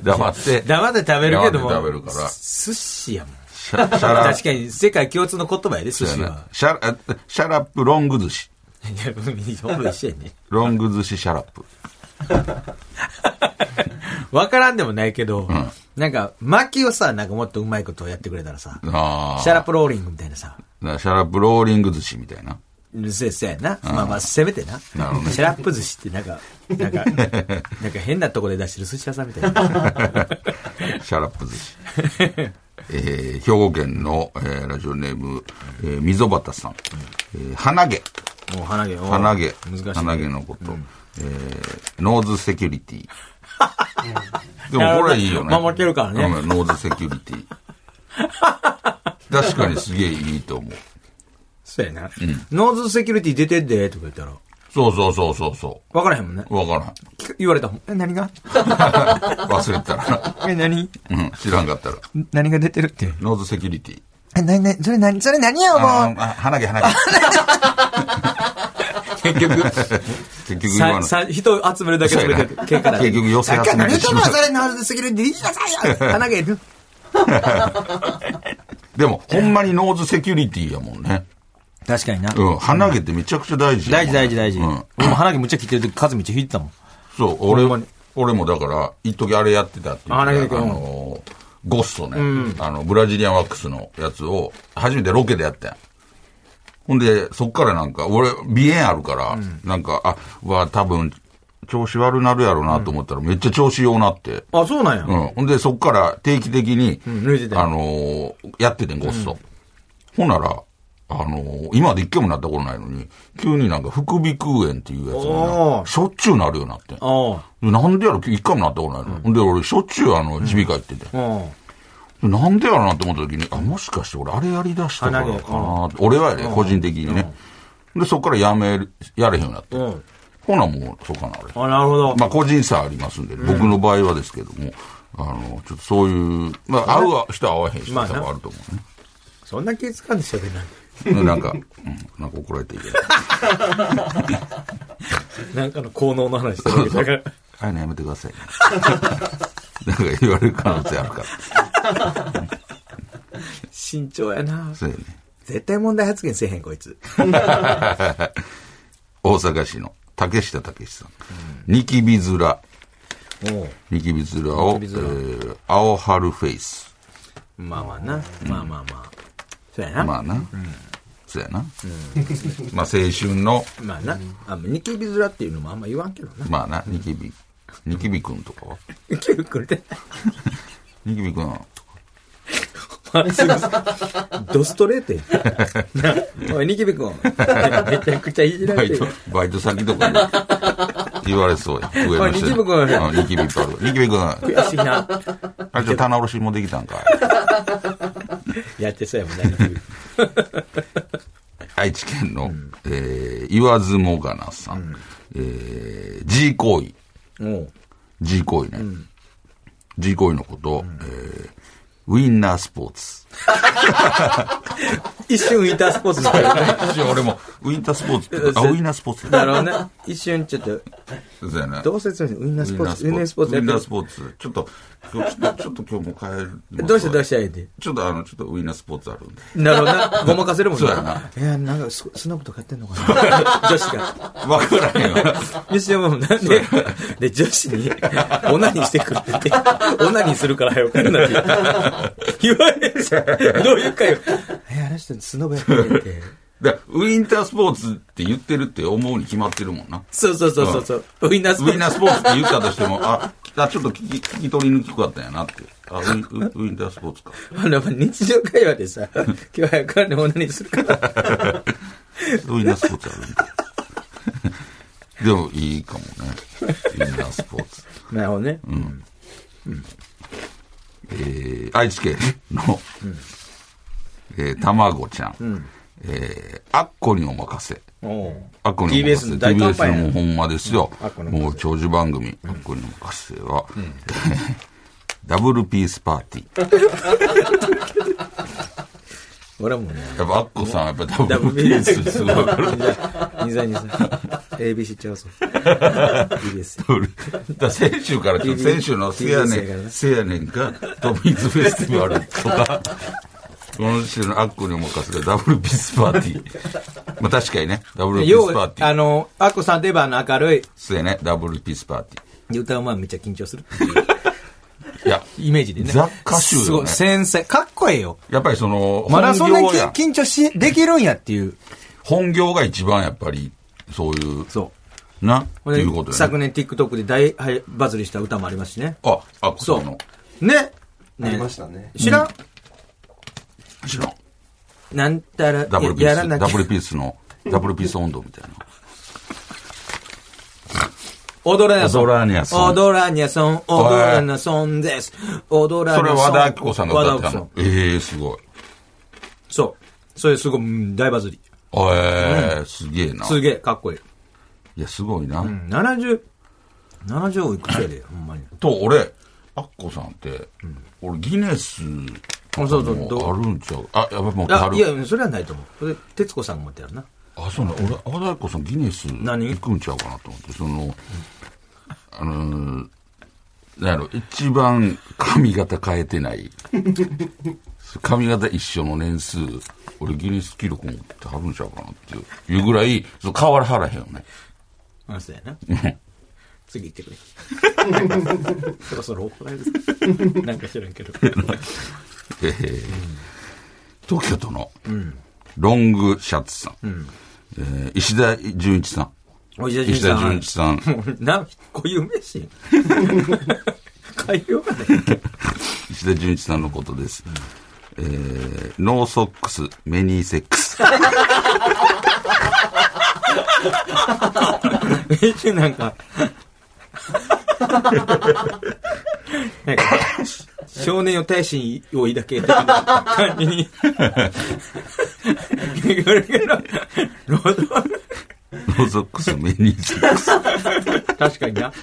Speaker 2: 黙 って。
Speaker 3: 黙って食べるけども。
Speaker 2: 黙って食べるから
Speaker 3: す寿司やもん。
Speaker 2: シャシャラ
Speaker 3: 確かに、世界共通の言葉やで、
Speaker 2: そ
Speaker 3: 寿
Speaker 2: うや
Speaker 3: 司
Speaker 2: ね
Speaker 3: は。
Speaker 2: シャラシャラップロング寿司。
Speaker 3: いや、ほぼ一緒やね。
Speaker 2: ロング寿司シャラップ。
Speaker 3: わからんでもないけど
Speaker 2: ん、
Speaker 3: なんか、巻きをさ、なんかもっとうまいことをやってくれたらさ、
Speaker 2: あー
Speaker 3: シャラップローリングみたいなさ。
Speaker 2: なシャラップローリング寿司みたいな。
Speaker 3: せせやな。まあまあ、せめてな。シ
Speaker 2: なるほど
Speaker 3: ャラップ寿司ってなんか、なん か、なんか変なとこで出してる寿司屋さんみたいな。
Speaker 2: シャラップ寿 司。えー、兵庫県の、えーラジオネーム、えー、溝端さん。えー、鼻毛。
Speaker 3: もう鼻毛、おう
Speaker 2: 鼻毛。
Speaker 3: 難しい。
Speaker 2: 鼻毛のこと。えー、ノーズセキュリ ティ。で
Speaker 3: な
Speaker 2: も
Speaker 3: るほ
Speaker 2: こ
Speaker 3: ど
Speaker 2: れいいよね。
Speaker 3: 守ってるからね
Speaker 2: うんノーズセキュリティ。確かにすげえいいと思う。
Speaker 3: そうやな。ノーズセキュリティ出てんで、とか言ったら、
Speaker 2: そうそうそうそうそ
Speaker 3: わからへんもんね。
Speaker 2: う。わからん。
Speaker 3: 聞く言われたもん。
Speaker 1: え、何が
Speaker 2: 忘れてたら。
Speaker 1: え、何
Speaker 2: うん、知らんかったら。
Speaker 1: 何が出てるって。
Speaker 2: ノーズセキュリティ。
Speaker 1: え、なになにそれ何それ何や
Speaker 2: あ
Speaker 1: もう
Speaker 2: ーあ、鼻毛鼻毛。
Speaker 3: 結局、
Speaker 2: 結局言わ
Speaker 3: さ
Speaker 2: ない。
Speaker 3: さ人を集めるだけ
Speaker 2: そう
Speaker 3: で
Speaker 2: やな
Speaker 3: 結果 だ。
Speaker 2: 結局寄せ
Speaker 1: さっき
Speaker 2: 集
Speaker 1: は
Speaker 2: め
Speaker 1: 何言
Speaker 2: て
Speaker 1: って
Speaker 2: し
Speaker 1: ん
Speaker 2: ま
Speaker 1: の
Speaker 2: う。
Speaker 1: それノーズセキュリティ言いなさいよ鼻毛いる
Speaker 2: でも、ほんまにノーズセキュリティやもんね。
Speaker 1: 確かにな。
Speaker 2: うん、鼻毛ってめちゃくちゃ大事やもんね、
Speaker 1: 大事大事大事。
Speaker 2: う
Speaker 1: 俺
Speaker 2: ん。
Speaker 1: も鼻毛むっちゃ切ってる時、数めっちゃ引いてたもん。
Speaker 2: そう、俺も、俺もだから、一時あれやってたっていうか。あ
Speaker 3: あ鼻毛君
Speaker 2: のー、ゴッソね、あの、ブラジリアンワックスのやつを、初めてロケでやったやん。ほんで、そっからなんか、俺、鼻炎あるから、なんか、あ、うわ、多分、調子悪なるやろうなと思ったら、めっちゃ調子ようなって。
Speaker 3: あ、そうなんや。
Speaker 2: うん。ほんで、そっから定期的に、
Speaker 3: ん抜いてたよ
Speaker 2: あのーやっててん、ごっそ。ほんなら、あのー今まで一回もなったことないのに、急になんか副鼻腔炎っていうやつに
Speaker 3: お
Speaker 2: な
Speaker 3: ー
Speaker 2: しょっちゅうなるようになってん。
Speaker 3: おう
Speaker 2: なんでやろ一回もなったことないの。ほんで、俺、しょっちゅうあの、耳鼻科行ってて。
Speaker 3: おう
Speaker 2: なんでやろなって思った時に、あ、もしかして俺、あれやりだしたからかな
Speaker 3: 鼻毛
Speaker 2: って
Speaker 3: う
Speaker 2: 俺はやで、個人的にね。で、そっからやめる、やれへんようになって。
Speaker 3: うん
Speaker 2: ほな、もう、そうかな、あれ。
Speaker 3: あ、なるほど。
Speaker 2: まあ、個人差ありますんで、僕の場合はですけども、あの、ちょっとそういう、まあ、合う人は合わへん人
Speaker 3: ま
Speaker 2: 多
Speaker 3: あな
Speaker 2: 分あると思うね。
Speaker 3: そんな気使うんでしょ、別に
Speaker 2: なんか、うん、なんか怒られていけない。
Speaker 3: なんかの効能の話してる わけだから。
Speaker 2: ああいうのやめてくださいね。 なんか言われる可能性あるから。
Speaker 3: 慎重やな。
Speaker 2: そうやね。
Speaker 3: 絶対問題発言せえへん、こいつ。
Speaker 2: 大阪市の竹下武さん。ニキビ面。
Speaker 3: おう
Speaker 2: ニキビ面を、
Speaker 3: ニキビ面
Speaker 2: えー青春フェイス。
Speaker 3: まあまあな。まあまあまあ。そうやな。
Speaker 2: まあな。そうやな。まあ、青春の、
Speaker 3: まあな。あニキビ面っていうのもあんま言わんけどな。
Speaker 2: まあな、ニキビ、ニキビくんとかは。
Speaker 3: キビくれて。
Speaker 2: ニキビくん、
Speaker 3: ドストレートやん なおい、ニキビくん。めちゃくちゃいじら
Speaker 2: バ
Speaker 3: れ
Speaker 2: イ
Speaker 3: てる
Speaker 2: ト。、バイト先とかに言われそうや。上の人に。
Speaker 3: おいニキビ君
Speaker 2: うんニキビいっぱいある。ニキビ君、
Speaker 3: 悔しいな。
Speaker 2: あれちょ、棚卸しもできたんか。
Speaker 3: やってそうやもんな、ニキビ君
Speaker 2: 愛知県の、えー、言わずもがなさん。えー、G 行為。
Speaker 3: おう
Speaker 2: G 行為ね。G 行為のこと、えー、ウィンナースポーツ。
Speaker 3: 一瞬インタースポーツの
Speaker 2: 一応俺も、ウィンタースポーツってことあ、ウィンナースポーツ
Speaker 3: なるほどね。一瞬ちょっと、
Speaker 2: そうやな。
Speaker 3: どう説明するウィンナースポーツ、ウィンナースポー
Speaker 2: ウィ
Speaker 3: ツやっ
Speaker 2: ン
Speaker 3: て
Speaker 2: ナー
Speaker 3: る
Speaker 2: スポーツ。ちょっと、今日ちょっと、ちょっと今日もう帰る。
Speaker 3: どうしてどうしてって。
Speaker 2: ちょっとあの、ちょっとウィンナースポーツあるんで。
Speaker 3: なるほどな。ごまかせるもん
Speaker 2: そうやな。
Speaker 3: いや、なんかス、スノーブとかやってんのかな女子が。
Speaker 2: わからへんわ。
Speaker 3: ミスヤもんなんで、で、女子に、オナニーしてくるって言って、オナニーするから早く帰るなって言われるじゃん。どういうかよ。え、あの人スノーブやってんねんって。
Speaker 2: で、ウィンタースポーツって言ってるって思うに決まってるもんな。
Speaker 3: そうそうそうそうそう。ウィンナース
Speaker 2: ウ
Speaker 3: ポー
Speaker 2: ィン
Speaker 3: ツ
Speaker 2: ナースポーツって言ったとしても、あ、あちょっと聞き聞き取りにくかったんやなって。あ、ウィンウィンウィンタースポーツか。
Speaker 3: あの、日常会話でさ、今日早く帰るね、オナニーするから。
Speaker 2: ウィンナースポーツあるんで。でもいいかもね。ウィンナースポーツ。
Speaker 3: なるほどね。
Speaker 2: えー、愛知県の、えー、たまごちゃん。えー、あっこにお任せ。
Speaker 3: おう
Speaker 2: あっこにお任せ。
Speaker 3: TBS の大カンパ
Speaker 2: TBS
Speaker 3: ニー
Speaker 2: のもうほんまですよ。
Speaker 3: あっこにお任せ
Speaker 2: もう長寿番組、あっこにお任せは、ダブルピースパーティー。
Speaker 3: 俺はもうね、
Speaker 2: やっぱあっこさんはやっぱダ
Speaker 3: ダ
Speaker 2: ブ
Speaker 3: ブ
Speaker 2: ル
Speaker 3: ル
Speaker 2: ピ
Speaker 3: ピ
Speaker 2: ース
Speaker 3: ース
Speaker 2: すごい。ダ
Speaker 3: 二三二三 ABC ちゃうぞ。TBS。
Speaker 2: ブルだ先週からちょっと、先週のせやね
Speaker 3: TBS やから
Speaker 2: ん、
Speaker 3: な
Speaker 2: せやねんか、トミーズフェスティバルとか、今週のあっこにお任せがダブルピースパーティ ー。まあ確かにね、ダブルピー
Speaker 3: よ
Speaker 2: スパー
Speaker 3: う、
Speaker 2: ティ
Speaker 3: あ
Speaker 2: ー。
Speaker 3: の、アッコさんといえばあの明るい、
Speaker 2: そうやね、ダブルピースパーテ
Speaker 3: 歌う前めっちゃ緊張するっていう
Speaker 2: ィー。いや、
Speaker 3: イメージでね。
Speaker 2: 雑歌手よね
Speaker 3: すごい、繊細。かっこええよ。
Speaker 2: やっぱりその、
Speaker 3: まだそ
Speaker 2: 本
Speaker 3: んなに
Speaker 2: 業や、
Speaker 3: 緊張し、できるんやっていう。
Speaker 2: 本業が一番やっぱり、そういう、
Speaker 3: そ
Speaker 2: な、と
Speaker 3: う。
Speaker 2: いうことや
Speaker 3: 昨
Speaker 2: ね。
Speaker 3: 年 TikTok で大はいバズりした歌もありますしね。
Speaker 2: あ、あっこさ
Speaker 3: そ
Speaker 2: んの、
Speaker 3: う。ね。
Speaker 6: ありま
Speaker 3: ね
Speaker 6: したね。
Speaker 3: 知らん
Speaker 2: 知らん。
Speaker 3: なんたら、
Speaker 2: ダブルピ
Speaker 3: ややら
Speaker 2: ース、
Speaker 3: な
Speaker 2: ダ
Speaker 3: き
Speaker 2: ブ
Speaker 3: ゃ
Speaker 2: ル。ピースの、ダブルピース温度みたいな。
Speaker 3: 踊らに ゃそん。
Speaker 2: 踊らにゃそん
Speaker 3: 踊らにゃそん。踊らにゃそんです。踊らに
Speaker 2: そ
Speaker 3: ゃ
Speaker 2: れ
Speaker 3: そ
Speaker 2: は和
Speaker 3: ん。
Speaker 2: 田アキ子さんが歌ってた
Speaker 3: 和田アキ
Speaker 2: の
Speaker 3: 子。
Speaker 2: ええー、すごい。
Speaker 3: さんそう。それすごい、うん大バズり。
Speaker 2: ええー、すげえな。
Speaker 3: すげえ、かっこいい。
Speaker 2: いや、すごいな。
Speaker 3: うん、70、70をいくつやで、ほんまに。
Speaker 2: と、俺、アッコさんって、俺、ギネス、
Speaker 3: あそうそうどう
Speaker 2: あるんちゃうあ、やばい、もう
Speaker 3: あ
Speaker 2: 軽
Speaker 3: い
Speaker 2: い。
Speaker 3: や、それはないと思う。それ、徹子さんが持ってやるな。
Speaker 2: あ、そうなの。俺、和田アキ子さん、ギネス、
Speaker 3: 何
Speaker 2: 行くんちゃうかなと思って、その、あのー、なんやろ、一番髪型変えてない、 髪型一緒の年数、俺、ギネス記録持ってはるんちゃうかなっていういうぐらい、そう変わらはらへんよね。
Speaker 3: あ、そうやな。次行ってくれ。そろそろ怒られるぞ。なんか知ら んけど。
Speaker 2: えー東京都のロングシャツさん、えー石田純一さん
Speaker 3: おいじゃじ
Speaker 2: 石田
Speaker 3: さ
Speaker 2: 純
Speaker 3: ん
Speaker 2: 一。さん
Speaker 3: もう、な、こういう 名詞やん。海洋がない。
Speaker 2: 石田純一さんのことです、えーノーソックスメニーセックス
Speaker 3: 名詞なんか。なんか少年よ大使を抱け的な感じに。これからロード
Speaker 2: ノーソックスメニーセックス
Speaker 3: 確かにな。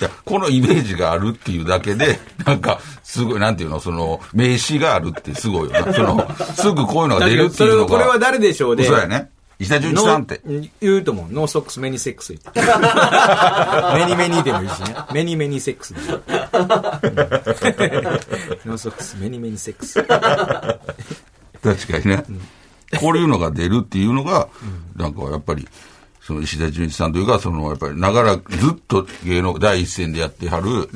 Speaker 2: いやこのイメージがあるっていうだけで なんかすごいなんていうのその名刺があるってすごいよなそ のすぐこういうのが出るっていうの
Speaker 3: それこれは
Speaker 2: が
Speaker 3: 誰でしょうで。
Speaker 2: 嘘やね石田純一
Speaker 3: ノー
Speaker 2: さんって
Speaker 3: 言うともう、ノーソックス、メニセックス言って。メニメニでもいいしね。メニメニセックスでもいい。うん ノーソックス、メニメニセックス。
Speaker 2: 確かにね、こういうのが出るっていうのが、なんかやっぱり、その石田純一さんというか、そのやっぱり長らくずっと芸能第一線でやってはる、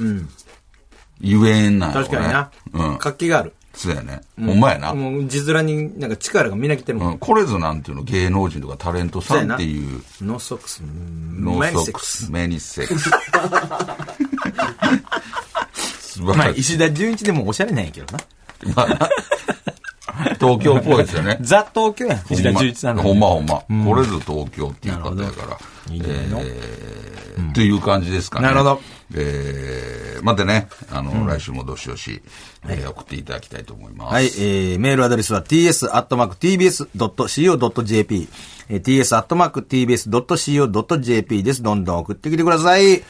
Speaker 2: ゆえんなんやろ
Speaker 3: 確かにな。
Speaker 2: うん。
Speaker 3: 活気がある。
Speaker 2: そうやね。ほんまやな。
Speaker 3: もう、字面になんか力がみなぎってるも。
Speaker 2: うんん。これぞなんていうの、芸能人とかタレントさんっていう、
Speaker 3: ノーソックス、ノ
Speaker 2: ノー
Speaker 3: ー
Speaker 2: ソ
Speaker 3: セ
Speaker 2: ッ
Speaker 3: ッ
Speaker 2: ク
Speaker 3: クス。
Speaker 2: ス、メニセックス。素晴
Speaker 3: まあ、
Speaker 2: らしい。
Speaker 3: 石田純一でもおしゃれなんやけどな。
Speaker 2: まあ東京っぽいですよね。
Speaker 3: ザ東京やん。
Speaker 2: ほん
Speaker 3: 石田
Speaker 2: ま
Speaker 3: 純一さんなんで
Speaker 2: ほんまほんま、これぞ東京っていう方やから。
Speaker 3: いいんじゃないの
Speaker 2: えーという感じですかね。
Speaker 3: なるほど。
Speaker 2: えー、またね、あの、来週もどしどし、えー送っていただきたいと思います。
Speaker 6: はい、えー、メールアドレスは ts.tbs.co.jp、えー、ts.tbs.co.jp です。どんどん送ってきてください。
Speaker 2: あり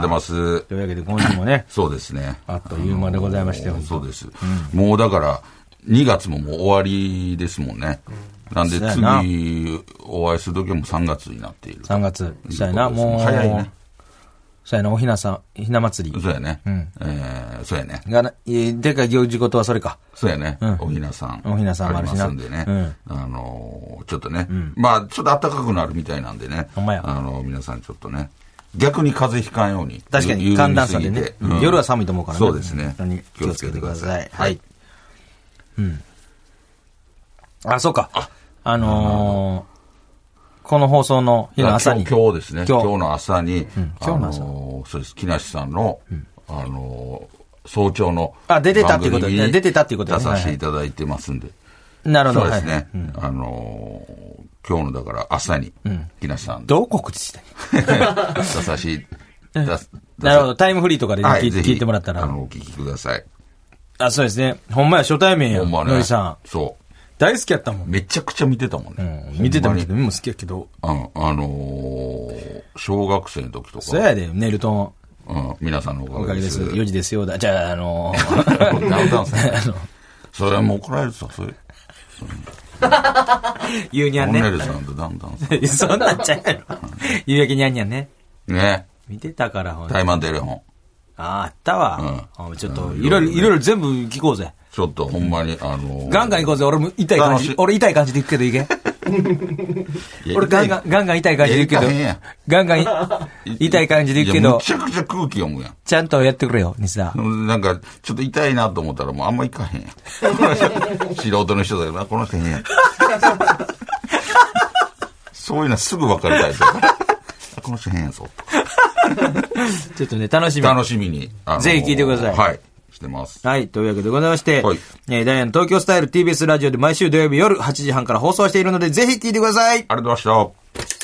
Speaker 2: がとうございます。、
Speaker 3: というわけで、今週もね
Speaker 2: そうですね。
Speaker 3: あっという間でございましたよ
Speaker 2: あのーそうです。もうだから、2月ももう終わりですもんね。なんで
Speaker 1: そうやな
Speaker 2: 次お会いする時はもう3月になっている。
Speaker 1: 3月。そうやな、もう。
Speaker 2: 早いね。
Speaker 1: そうやな、おひなさん、ひな祭り。
Speaker 2: そうやね。
Speaker 1: うん
Speaker 2: えーそうやね。
Speaker 1: がな、えーでかい行事事はそれか。
Speaker 2: そうやね。
Speaker 1: ん
Speaker 2: おひなさん。
Speaker 1: おひなさんもあるしな
Speaker 2: りますんでね。
Speaker 1: うん
Speaker 2: あのーちょっとね。まあ、ちょっと暖かくなるみたいなんでね。
Speaker 1: ほんまや
Speaker 2: あのー皆さんちょっとね。逆に風邪ひかんように。
Speaker 6: 確かに
Speaker 2: ゆ
Speaker 6: 寒暖差で
Speaker 2: 緩み
Speaker 6: ね
Speaker 2: すぎて、うん
Speaker 6: 夜は寒いと思うからね。
Speaker 2: そうですね
Speaker 6: 本当に。
Speaker 2: 気
Speaker 6: 気
Speaker 2: を
Speaker 6: を
Speaker 2: つ
Speaker 6: つ
Speaker 2: け
Speaker 6: け
Speaker 2: て
Speaker 6: てく
Speaker 2: くだ
Speaker 6: だ
Speaker 2: さ
Speaker 6: さ
Speaker 2: い
Speaker 6: い。はい。
Speaker 1: あ、そうか。あ、のーこの放送の日の朝に。
Speaker 2: 今日今日ですね。
Speaker 1: 今
Speaker 2: 今
Speaker 1: 日
Speaker 2: 日の朝に。
Speaker 1: 今日の朝
Speaker 2: あのーそうです。木梨さんの、あのー早朝の。
Speaker 1: あ出てたっていうこと
Speaker 2: 番組に
Speaker 1: 出てたっていうことね
Speaker 2: 出させていただいてますんで。
Speaker 1: なる
Speaker 2: そ
Speaker 1: ほど。
Speaker 2: うで
Speaker 1: は
Speaker 2: すね
Speaker 1: い。。
Speaker 2: あのー今日のだから朝に、木梨さん
Speaker 1: どう告知してんの
Speaker 2: 出さし、出す
Speaker 1: なるほど。タイムフリーとかでね
Speaker 2: はい
Speaker 1: 聞い
Speaker 2: ぜひ
Speaker 1: 聞いてもらった
Speaker 2: あ
Speaker 1: ら。
Speaker 2: の、お聞きください。
Speaker 1: あ、そうですね。ほんまや、初対面や。
Speaker 2: ほんまね。
Speaker 1: のりさ
Speaker 2: そ
Speaker 1: ん。大好きやったも
Speaker 2: う。
Speaker 1: ん。
Speaker 2: めちゃくちゃ見てたもんね。
Speaker 1: うん見てた
Speaker 2: ほ
Speaker 1: も
Speaker 2: ん
Speaker 1: ん
Speaker 2: ま
Speaker 1: け
Speaker 2: に
Speaker 1: ど、も好きやけど。
Speaker 2: あのあのー小学生の時とか。
Speaker 1: そうやで、ネルトン。
Speaker 2: うん、皆さんのお
Speaker 1: お
Speaker 2: か
Speaker 1: か
Speaker 2: げ
Speaker 1: げ
Speaker 2: で。
Speaker 1: ですす。4時ですよだ。じゃあ、あの
Speaker 2: ダウンタウン さんや。それはもう怒られるさ、それ。
Speaker 1: ー、ゆうにゃ
Speaker 2: ト
Speaker 1: ん
Speaker 2: ンネ
Speaker 1: ね
Speaker 2: ル。さんとダウンタウンさ
Speaker 1: そんなんちゃうやろ。夕焼けにゃんにゃんね。
Speaker 2: ん。ね。
Speaker 1: 見てたから、ほんと
Speaker 2: タイマンデレホン。
Speaker 1: ああ、あったわ。あちょっと、
Speaker 2: うん
Speaker 1: いろい
Speaker 2: いろ
Speaker 1: ろ、
Speaker 2: いろね
Speaker 1: いろいろ全部聞こうぜ。
Speaker 2: ちょっとほんまに、あのー
Speaker 1: ガンガン行こうぜ。俺も痛い感
Speaker 2: 楽し
Speaker 1: じ
Speaker 2: い。
Speaker 1: 俺痛い感じで行くけど、行け。
Speaker 2: いや
Speaker 1: 俺ガンガン、ガンガン痛い感じで行くけ
Speaker 2: い
Speaker 1: ど
Speaker 2: やいや、
Speaker 1: ガンガン
Speaker 2: い
Speaker 1: 痛い感じで行くけ
Speaker 2: いや
Speaker 1: ど
Speaker 2: む、ちゃくちゃ空気読むやん。
Speaker 1: ちゃんとやってくれよ、西田。
Speaker 2: なんか、ちょっと痛いなと思ったら、もうあんま行か へんやん。この人素人の人だから、この人変やん。そういうのはすぐ分かるタイプだから。この人変やぞ。
Speaker 1: ちょっとね、楽しみ。
Speaker 2: 楽しみに。あの
Speaker 1: ぜひ聞いてください
Speaker 2: はい。してます。
Speaker 1: はい。というわけでございまして、
Speaker 2: はい
Speaker 1: えーダイアン東京スタイル TBS ラジオで毎週土曜日夜8時半から放送しているので、ぜひ聞いてください。
Speaker 2: ありがとうございました。